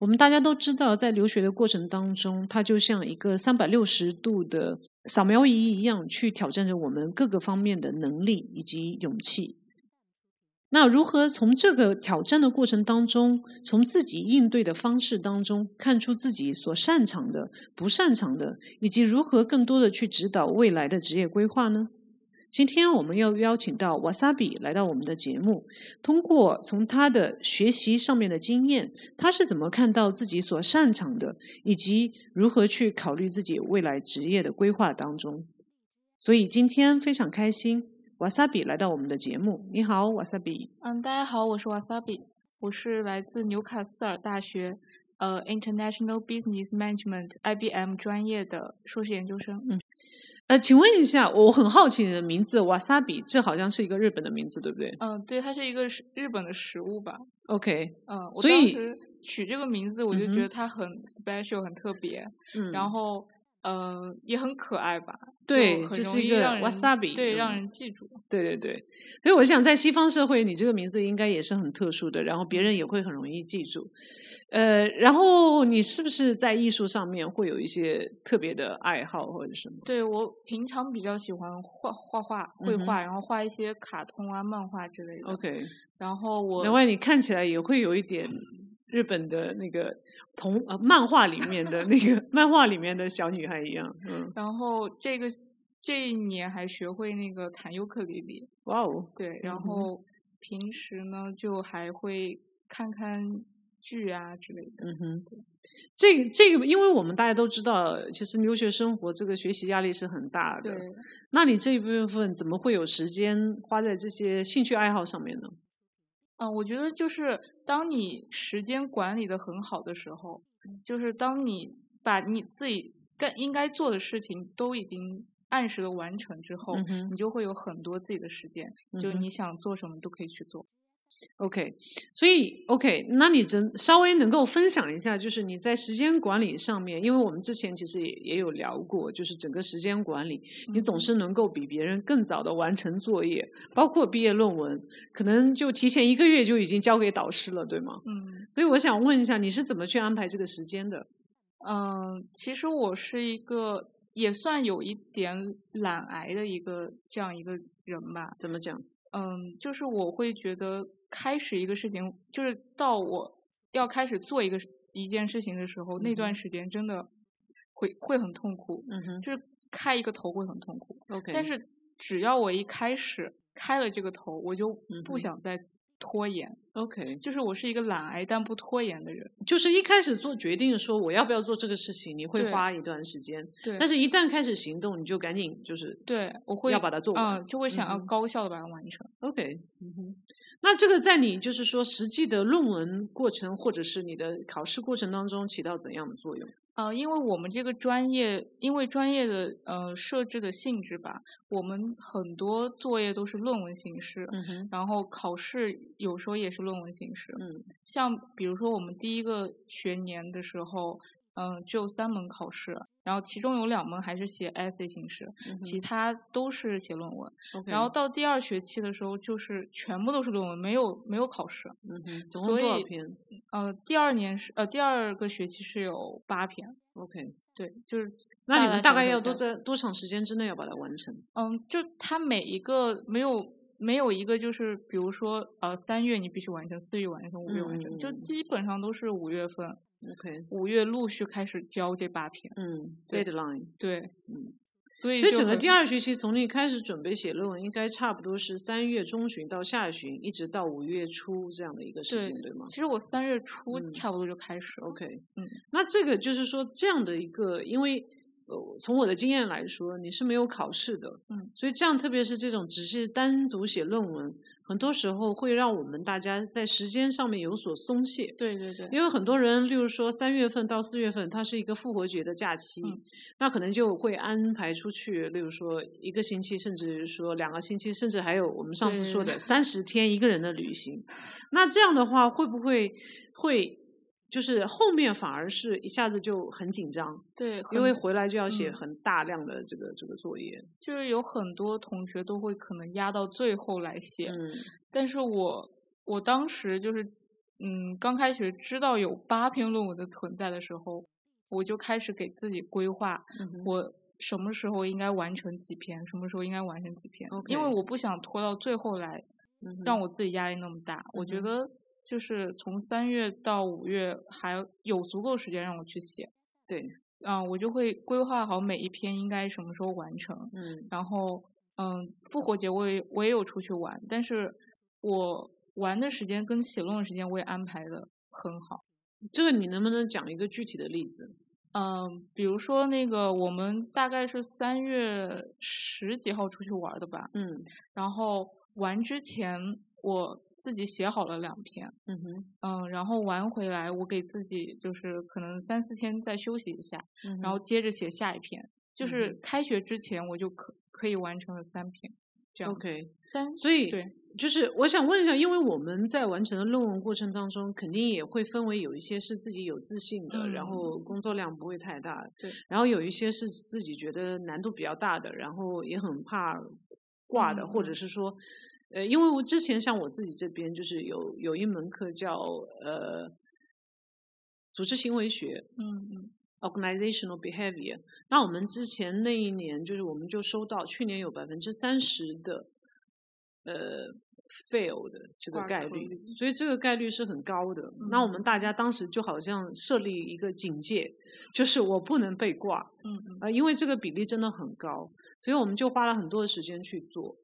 我们大家都知道，在留学的过程当中，它就像一个三百六十度的扫描仪一样，去挑战着我们各个方面的能力以及勇气。那如何从这个挑战的过程当中，从自己应对的方式当中，看出自己所擅长的、不擅长的，以及如何更多的去指导未来的职业规划呢？今天我们要邀请到 Wasabi 来到我们的节目，通过从他的学习上面的经验，他是怎么看到自己所擅长的，以及如何去考虑自己未来职业的规划当中。所以今天非常开心。瓦萨比来到我们的节目。你好，瓦萨比。嗯，大家好，我是瓦萨比，我是来自纽卡斯尔大学呃 International Business Management IBM 专业的硕士研究生。嗯，呃，请问一下，我很好奇你的名字瓦萨比，这好像是一个日本的名字，对不对？嗯，对，它是一个日本的食物吧。 OK。嗯，我所当以时取这个名字，我就觉得它很 special，、很特别，嗯，然后呃也很可爱吧。对就很这是容易一个让人 wasabi，对，让嗯人记住。对对对，所以我想在西方社会，你这个名字应该也是很特殊的，然后别人也会很容易记住。呃，然后你是不是在艺术上面会有一些特别的爱好或者什么？对我平常比较喜欢画画画、绘嗯哼画，然后画一些卡通啊、漫画之类的。 OK，然后我难怪你看起来也会有一点日本的那个童呃漫画里面的那个 漫画里面的小女孩一样。嗯，然后这个这一年还学会那个弹尤克里里，哇哦，对，然嗯哼后平时呢就还会看看剧啊之类的。嗯哼，这个这个，因为我们大家都知道，其实留学生活这个学习压力是很大的。对，那你这一部分怎么会有时间花在这些兴趣爱好上面呢？嗯，我觉得就是当你时间管理的很好的时候，嗯就是当你把你自己该应该做的事情都已经按时的完成之后，嗯哼你就会有很多自己的时间，就嗯哼你想做什么都可以去做。 OK，所以 OK，那你真稍微能够分享一下，就是你在时间管理上面，因为我们之前其实也也有聊过，就是整个时间管理，你总嗯是能够比别人更早的完成作业，包括毕业论文，可能就提前一个月就已经交给导师了，对吗？嗯。所以我想问一下，你是怎么去安排这个时间的？嗯，其实我是一个也算有一点懒癌的一个这样一个人吧。怎么讲？嗯，就是我会觉得开始一个事情，就是到我要开始做一个事一件事情的时候，那段时间真的会会很痛苦，嗯哼就是开一个头会很痛苦。 ，OK，但是只要我一开始开了这个头，我就嗯不哼想再拖延。 OK，就是我是一个懒癌但不拖延的人。就是一开始做决定说我要不要做这个事情，你会对花一段时间，对，但是一旦开始行动，你就赶紧就是对我会要把它做完。嗯，就会想要嗯哼高效的把它完成。 OK，嗯哼，那这个在你就是说实际的论文过程或者是你的考试过程当中起到怎样的作用？呃，因为我们这个专业，因为专业的呃设置的性质吧，我们很多作业都是论文形式，嗯哼，然后考试有时候也是论文形式。嗯像比如说我们第一个学年的时候，嗯、只有三门考试，然后其中有两门还是写 essay 形式，嗯其他都是写论文。哼，OK，然后到第二学期的时候，就是全部都是论文，没有没有考试。嗯哼，总共多所少以篇呃，第二年是呃第二个学期是有八篇， ？OK，对，就是那你们大小概小要加多起在多长时间之内要把它完成？嗯，就它每一个没有没有一个就是比如说呃三月你必须完成，四月完成，五月完成，就嗯基本上都是五月份， ？OK，五月陆续开始交这八篇，嗯对，deadline。对，嗯，所以所以就整个很第二学期从你开始准备写论文，应该差不多是三月中旬到下旬，一直到五月初这样的一个时对间，对吗？其实我三月初嗯差不多就开始了， OK，嗯，那这个就是说这样的一个，因为呃，从我的经验来说，你是没有考试的，嗯，所以这样，特别是这种只是单独写论文，很多时候会让我们大家在时间上面有所松懈。对对对，因为很多人，例如说三月份到四月份，它是一个复活节的假期，嗯那可能就会安排出去，例如说一个星期，甚至说两个星期，甚至还有我们上次对说的三十天一个人的旅行。那这样的话，会不会会就是后面反而是一下子就很紧张，对，因很为回来就要写嗯很大量的这个这个作业。就是有很多同学都会可能压到最后来写，嗯但是我我当时就是，嗯，刚开学知道有八篇论文的存在的时候，我就开始给自己规划，嗯哼我什么时候应该完成几篇，什么时候应该完成几篇因为 OK 我不想拖到最后来，嗯哼让我自己压力那么大。我觉嗯哼得就是从三月到五月还有足够时间让我去写，对，啊、我就会规划好每一篇应该什么时候完成，嗯然后，嗯，复活节我也我也有出去玩，但是我玩的时间跟写论文时间我也安排的很好。这个你能不能讲一个具体的例子？嗯，比如说那个我们大概是三月十几号出去玩的吧，嗯然后玩之前我自己写好了两篇，嗯哼，嗯，然后玩回来我给自己就是可能三四天再休息一下，嗯然哼后接着写下一篇，就是嗯开学之前我就可可以完成了三篇，这样 OK。三所以对就是我想问一下，因为我们在完成的论文过程当中，肯定也会分为有一些是自己有自信的，然嗯后工作量不会太大，对，然后有一些是自己觉得难度比较大的，然后也很怕挂嗯的，或者是说，呃，因为我之前像我自己这边就是有有一门课叫呃组织行为学，嗯嗯 organizational behavior。那我们之前那一年，就是我们就收到去年有百分之三十的呃 fail 的这个挂概科率率，所以这个概率是很高的。那我们嗯大家当时就好像设立一个警戒，就是我不能被挂啊、嗯嗯呃因为这个比例真的很高，所以我们就花了很多的时间去做。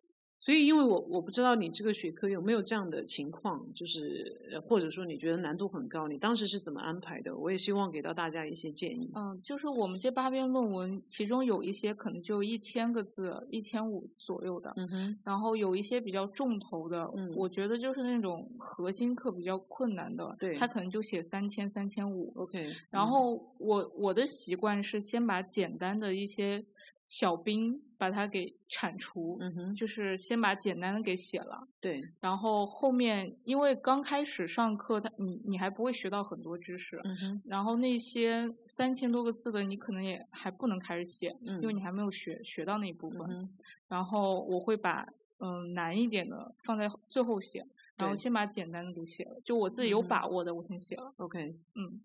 所以，因为我我不知道你这个学科有没有这样的情况，就是呃或者说你觉得难度很高，你当时是怎么安排的？我也希望给到大家一些建议。嗯，就是我们这八篇论文，其中有一些可能就一千个字、一千五左右的，嗯哼，然后有一些比较重头的，嗯我觉得就是那种核心课比较困难的，对它可能就写三千、三千五。 OK，然嗯后我我的习惯是先把简单的一些小兵把它给铲除，嗯哼，就是先把简单的给写了，对，然后后面因为刚开始上课，它你你还不会学到很多知识，嗯哼，然后那些三千多个字的，你可能也还不能开始写，嗯因为你还没有学学到那一部分。嗯哼，然后我会把嗯难一点的放在后最后写，然后对先把简单的给写了，就我自己有嗯哼把握的我先写了。 ，OK，嗯，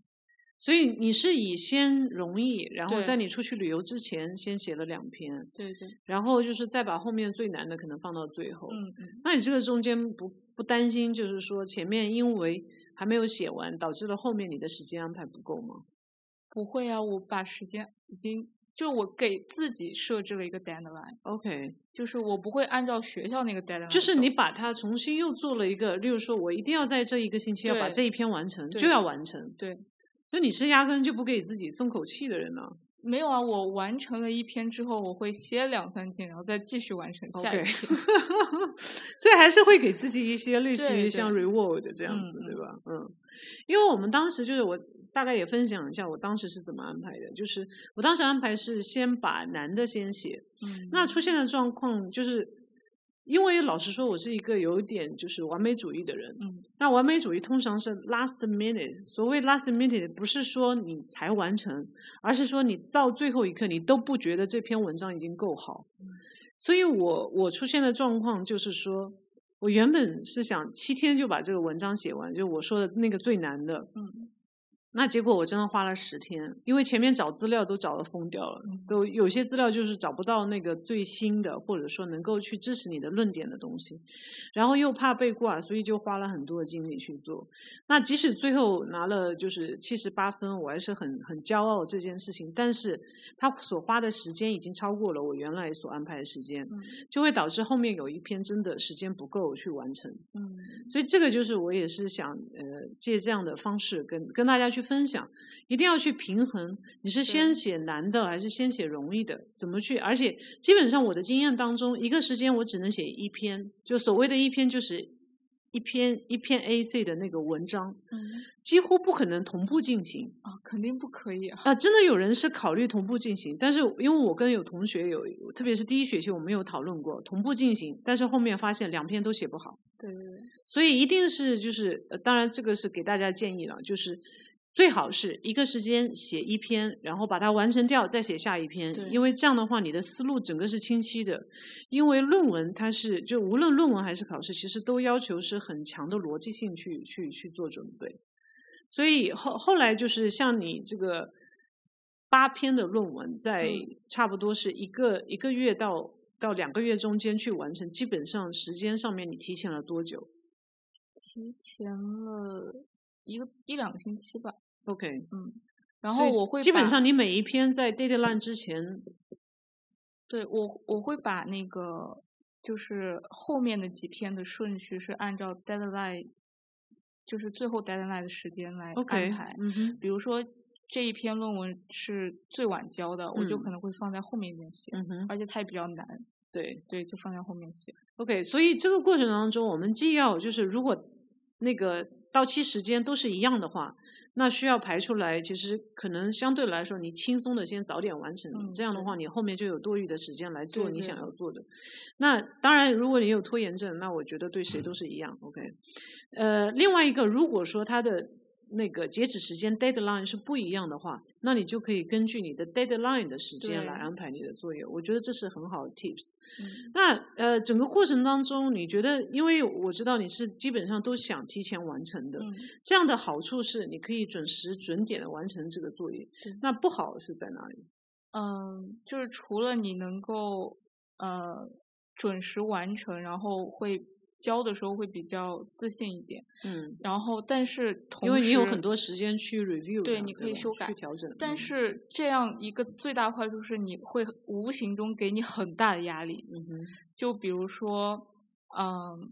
所以你是以先容易，然后对在你出去旅游之前先写了两篇，对对，然后就是再把后面最难的可能放到最后。嗯嗯，那你这个中间不不担心，就是说前面因为还没有写完，导致了后面你的时间安排不够吗？不会啊，我把时间已经就我给自己设置了一个 deadline， OK，就是我不会按照学校那个 deadline 走。就是你把它重新又做了一个，例如说，我一定要在这一个星期要把对这一篇完成，就对要完成。对，所以你是压根就不给自己松口气的人呢、没有啊，我完成了一篇之后，我会歇两三天，然后再继续完成下一 OK 篇。哦所以还是会给自己一些类似对于对像 reward 这样嗯子，嗯对吧？嗯，因为我们当时就是我大概也分享一下我当时是怎么安排的，就是我当时安排是先把难的先写，嗯， 那出现的状况就是。因为老实说，我是一个有一点就是完美主义的人。嗯，那完美主义通常是 last minute。所谓 last minute，不是说你才完成，而是说你到最后一刻，你都不觉得这篇文章已经够好。所以我我出现的状况就是说，我原本是想七天就把这个文章写完，就是我说的那个最难的。嗯那结果我真的花了十天，因为前面找资料都找的疯掉了嗯，都有些资料就是找不到那个最新的，或者说能够去支持你的论点的东西，然后又怕被挂，所以就花了很多的精力去做。那即使最后拿了就是七十八分，我还是很很骄傲这件事情，但是他所花的时间已经超过了我原来所安排的时间，嗯就会导致后面有一篇真的时间不够去完成。嗯所以这个就是我也是想呃借这样的方式跟跟大家去分享，一定要去平衡，你是先写难的还是先写容易的，怎么去？而且基本上我的经验当中，一个时间我只能写一篇，就所谓的一篇就是一篇一篇 A C 的那个文章，嗯几乎不可能同步进行。啊，肯定不可以啊。啊，真的有人是考虑同步进行，但是因为我跟有同学有，特别是第一学期我们有讨论过同步进行，但是后面发现两篇都写不好，对对对，所以一定是就是，呃当然这个是给大家建议了，就是最好是一个时间写一篇，然后把它完成掉，再写下一篇对，因为这样的话你的思路整个是清晰的，因为论文它是就无论论文还是考试，其实都要求是很强的逻辑性去去去做准备。所以后后来就是像你这个八篇的论文，在嗯差不多是一个、一个月到到两个月中间去完成，基本上时间上面你提前了多久提前了一个一两个星期吧。 ？OK，嗯，然所后以我会基本把上你每一篇在 deadline 之前，对我我会把那个就是后面的几篇的顺序是按照 deadline，就是最后 deadline 的时间来 OK，安排。嗯哼，比如说这一篇论文是最晚交的，我就嗯可能会放在后面一点写，嗯哼，而且它也比较难，对。对，就放在后面写。 OK，所以这个过程当中，我们既要就是如果那个到期时间都是一样的话，那需要排出来，其实可能相对来说你轻松的先早点完成，嗯这样的对话你后面就有多余的时间来做对你对想要做的。那当然，如果你有拖延症，那我觉得对谁都是一样。OK，呃，另外一个，如果说它的那个截止时间 deadline 是不一样的话，那你就可以根据你的 deadline 的时间对来安排你的作业。我觉得这是很好的 tips。嗯，那呃，整个过程当中，你觉得，因为我知道你是基本上都想提前完成的，嗯这样的好处是你可以准时准点的完成这个作业对。那不好是在哪里？嗯，就是除了你能够呃准时完成，然后会交的时候会比较自信一点，嗯，然后但是同因为你有时很多时间去 review，对它你可以吧修改去调整。但嗯，是这样一个最大坏处是，你会无形中给你很大的压力。嗯哼，就比如说，嗯，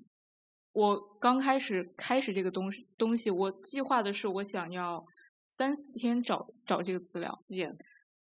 我刚开始开始这个东西东西，我计划的是我想要三四天找找这个资料，也，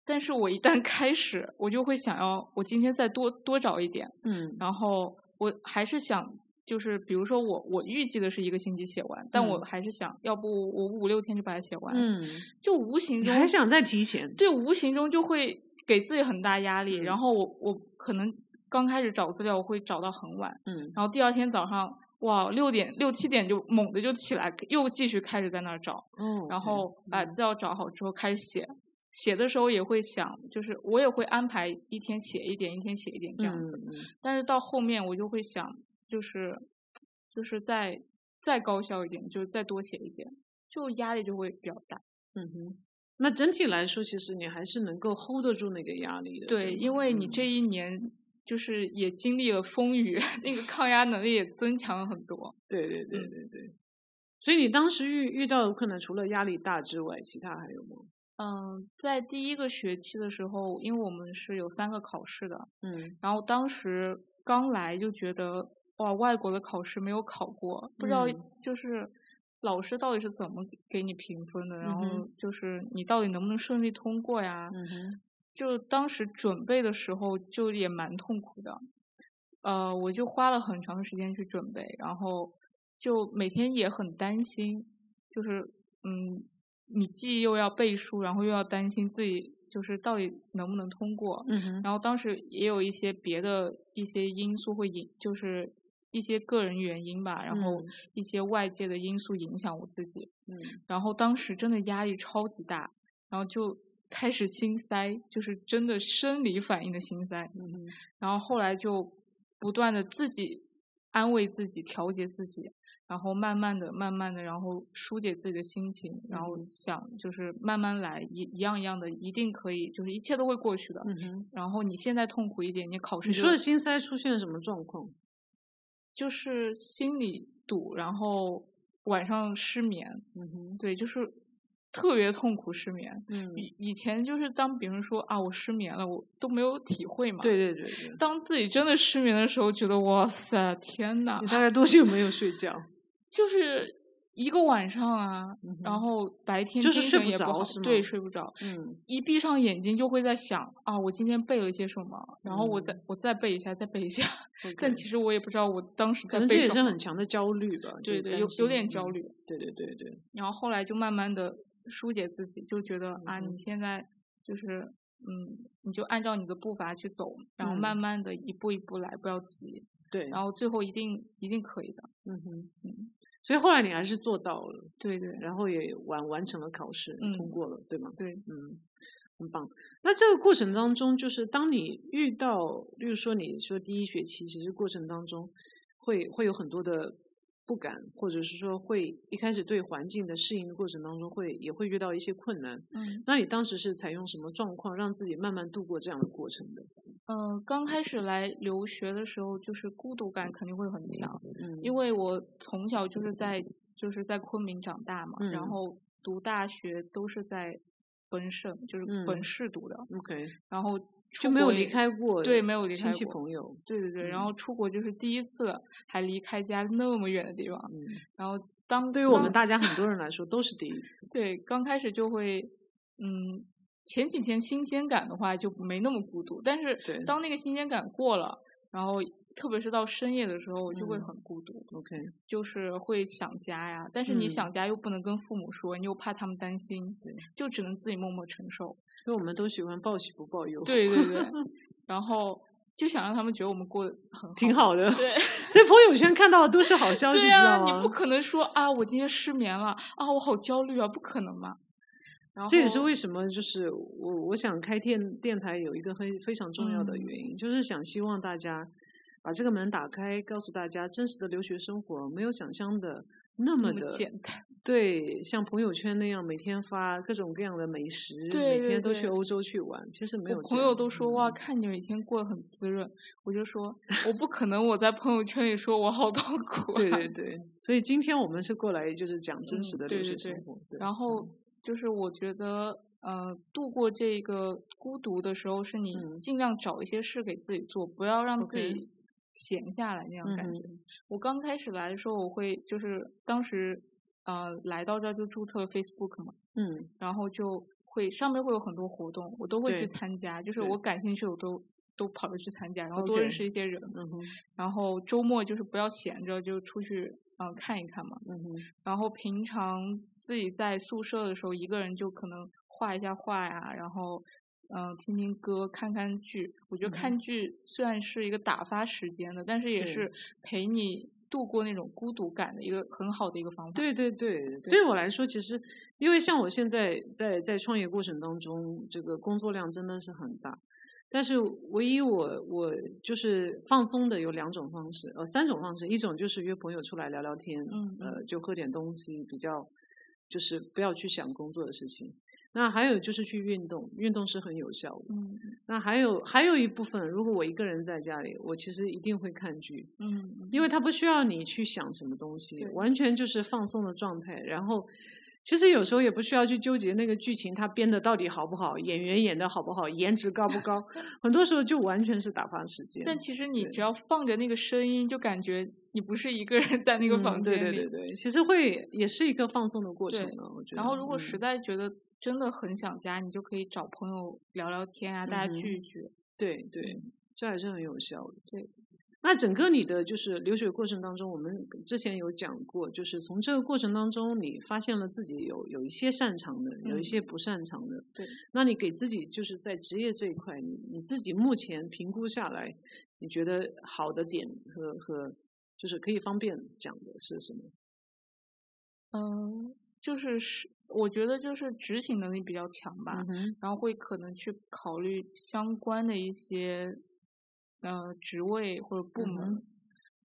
但是我一旦开始，我就会想要我今天再多多找一点，嗯，然后我还是想。就是比如说我我预计的是一个星期写完，但我嗯还是想要不我五六天就把它写完，嗯，就无形你中还想再提前？对，无形中就会给自己很大压力。嗯然后我我可能刚开始找资料，我会找到很晚，嗯然后第二天早上，哇，六点六七点就猛地就起来，又继续开始在那儿找，哦，然后把嗯资料找好之后开始写。写的时候也会想，就是我也会安排一天写一点，一天写一点这样嗯子。嗯嗯但是到后面我就会想，就是就是再再高效一点，就是再多写一点，就压力就会比较大。嗯哼。那整体来说，其实你还是能够 hold 得住那个压力的。对，吗因为你嗯这一年就是也经历了风雨， 那个抗压能力也增强了很多。对对对嗯对对。所以你当时遇遇到的困难，除了压力大之外，其他还有吗？嗯，在第一个学期的时候，因为我们是有三个考试的，嗯，然后当时刚来就觉得哇，外国的考试没有考过，不知道嗯就是老师到底是怎么给你评分的，然嗯哼后就是你到底能不能顺利通过呀？嗯哼，就当时准备的时候就也蛮痛苦的，呃，我就花了很长时间去准备，然后就每天也很担心，就是嗯，你既又要背书，然后又要担心自己就是到底能不能通过，嗯哼，然后当时也有一些别的一些因素会影，就是一些个人原因吧，然后嗯一些外界的因素影响我自己，嗯然后当时真的压力超级大，然后就开始心塞，就是真的生理反应的心塞。嗯哼，然后后来就不断的自己安慰自己，调节自己，然后慢慢的、慢慢的，然后疏解自己的心情，然后想就是慢慢来，一一样一样的，一定可以，就是一切都会过去的。嗯哼。然后你现在痛苦一点，你考试你就说的心塞出现什么状况？就是心里堵，然后晚上失眠，嗯哼，对，就是特别痛苦失眠。嗯，以以前就是当别人说啊我失眠了，我都没有体会嘛。对。对对对。当自己真的失眠的时候，觉得哇塞，天呐你，大概多久没有睡觉？就是一个晚上啊，嗯哼然后白天就是睡精神不也着好是吗对，睡不着。嗯， 一闭上眼睛就会在想啊，我今天背了些什么，然后我再、嗯我再背一下，再背一下。但其实我也不知道我当时可在能这背也什是么。很强的焦虑吧，就对是对，担有有心点焦。虑嗯。对对对对，然后后来就慢慢的疏解自己，就觉得嗯啊，你现在就是嗯，你就按照你的步伐去走，然后嗯慢慢的一步一步来，不要急，对，然后最后一定一定可以的。嗯哼，所以后来你还是做到了，对对然后也完完成了考试，嗯通过了，对吗？对，嗯，很棒。那这个过程当中，就是当你遇到，例如说你说第一学期，其实过程当中会会有很多的不敢，或者是说会一开始对环境的适应的过程当中会也会遇到一些困难。嗯那你当时是采用什么状况让自己慢慢度过这样的过程的？呃，嗯刚开始来留学的时候，就是孤独感肯定会很强，嗯，因为我从小就是在就是在昆明长大嘛，嗯然后读大学都是在本省，就是嗯本市读的， OK 然后就出没有国离也开过，对没有离开亲戚过朋友，对对对，然嗯后出国就是第一次，还离开家那么远的地方，嗯，然后当对于我刚们大家很多人来说都是第一次，对刚开始就会，嗯，前几天新鲜感的话就没那么孤独，但对是当那个新鲜感过了，然后特别是到深夜的时候就会嗯很孤独， OK，就是会想家呀，但是你嗯想家又不能跟父母说，你又怕他们担心对，就只能自己默默承受。所以我们都喜欢报喜不报忧，对对对， 然后就想让他们觉得我们过得很好，挺好的。对。所以朋友圈看到的都是好消息，知对呀、道吗？你不可能说啊，我今天失眠了啊，我好焦虑啊，不可能嘛。然后这也是为什么，就是我我想开电电台有一个很非常重要的嗯原因，就是想希望大家把这个门打开，告诉大家真实的留学生活没有想象的那那么么的简单。对，像朋友圈那样每天发各种各样的美食，对每天对都去对欧洲去玩，其实没有我这朋友样都说嗯哇，看你每天过得很滋润，我就说我不可能，我在朋友圈里说我好痛苦、啊。对对对，所以今天我们是过来就是讲真实嗯的对留学对生对活，对然后就是我觉得，呃，度过这个孤独的时候，是你嗯尽量找一些事给自己做，不要让自 OK 己闲下来那样嗯感觉。哼我刚开始来的时候，我会就是当时呃来到这儿就注册 Facebook 嘛，嗯然后就会上面会有很多活动，我都会对去参加，就是对我感兴趣的我都都跑着去参加，然后多 OK 认识一些人。嗯哼然后周末就是不要闲着，就出去嗯、呃看一看嘛。嗯哼然后平常自己在宿舍的时候，一个人就可能画一下画呀，然后嗯、呃听听歌，看看剧。我觉得看剧虽然是一个打发时间的，但是也嗯对是陪你度过那种孤独感的一个很好的一个方法。对对对，对对我来说，其实因为像我现在在在创业过程当中，这个工作量真的是很大。但是唯一我我就是放松的有两种方式，呃，三种方式，一种就是约朋友出来聊聊天，嗯呃，就喝点东西，比较就是不要去想工作的事情。那还有就是去运动，运动是很有效的。嗯那还有还有一部分，如果我一个人在家里，我其实一定会看剧，嗯，嗯因为它不需要你去想什么东西对，完全就是放松的状态。然后，其实有时候也不需要去纠结那个剧情它编的到底好不好，演员演的好不好，颜值高不高，很多时候就完全是打发时间。但其实你对只要放着那个声音，就感觉你不是一个人在那个嗯房间里。对对对对，其实会也是一个放松的过程对了，我觉得。然后，如果嗯实在觉得真的很想家，你就可以找朋友聊聊天啊，大嗯家哼聚一聚。对对，这还是很有效的。对，那整个你的就是留学过程当中，我们之前有讲过，就是从这个过程当中，你发现了自己有有一些擅长的，有一嗯些不擅长的。对，那你给自己就是在职业这一块，你你自己目前评估下来，你觉得好的点和和就是可以方便讲的是什么？嗯，就是是，我觉得就是执行能力比较强吧，嗯哼，然后会可能去考虑相关的一些呃职位或者部嗯门，哼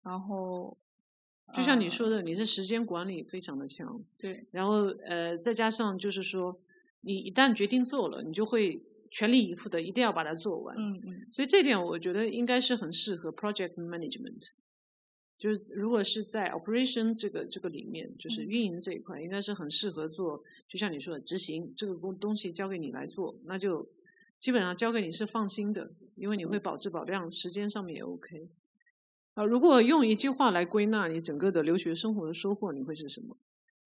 然后就像你呃说的，你是时间管理非常的强。对然后呃，再加上就是说，你一旦决定做了，你就会全力以赴的，一定要把它做完。嗯嗯所以这点我觉得应该是很适合 project management，就是如果是在 operation 这个这个里面，就是嗯运营这一块，应该是很适合做。就像你说的，执行这个工东西交给你来做，那就基本上交给你是放心的，因为你嗯会保质保量，时间上面也 OK。啊，如果用一句话来归纳你整个的留学生活的收获，你会是什么？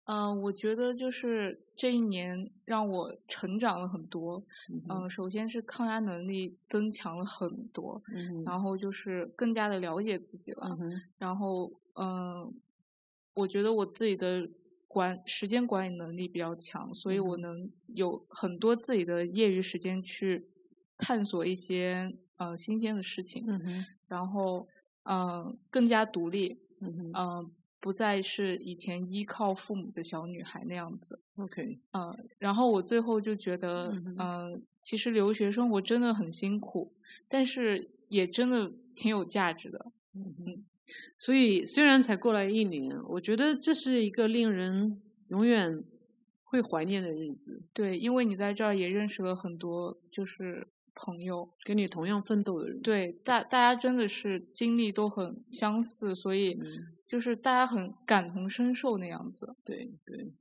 嗯、我觉得就是这一年让我成长了很多。嗯、首先是抗压能力增强了很多，嗯然后就是更加的了解自己了。嗯哼然后，嗯、我觉得我自己的管时间管理能力比较强，所以嗯我能有很多自己的业余时间去探索一些呃新鲜的事情。嗯哼然后，嗯、更加独立，嗯哼嗯、不再是以前依靠父母的小女孩那样子。 ，OK，嗯，然后我最后就觉得，嗯嗯、哼其实留学生活真的很辛苦，但是也真的挺有价值的。所以虽然才过来一年，我觉得这是一个令人永远会怀念的日子，对，因为你在这儿也认识了很多就是朋友，跟你同样奋斗的人。对，大大家真的是经历都很相似，所以嗯就是大家很感同身受那样子。对对，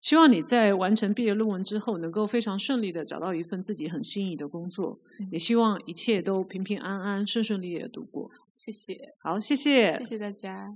希望你在完成毕业论文之后，能够非常顺利的找到一份自己很心仪的工作，也希望一切都平平安安、顺顺利利的度过。谢谢，好，谢谢，谢谢大家。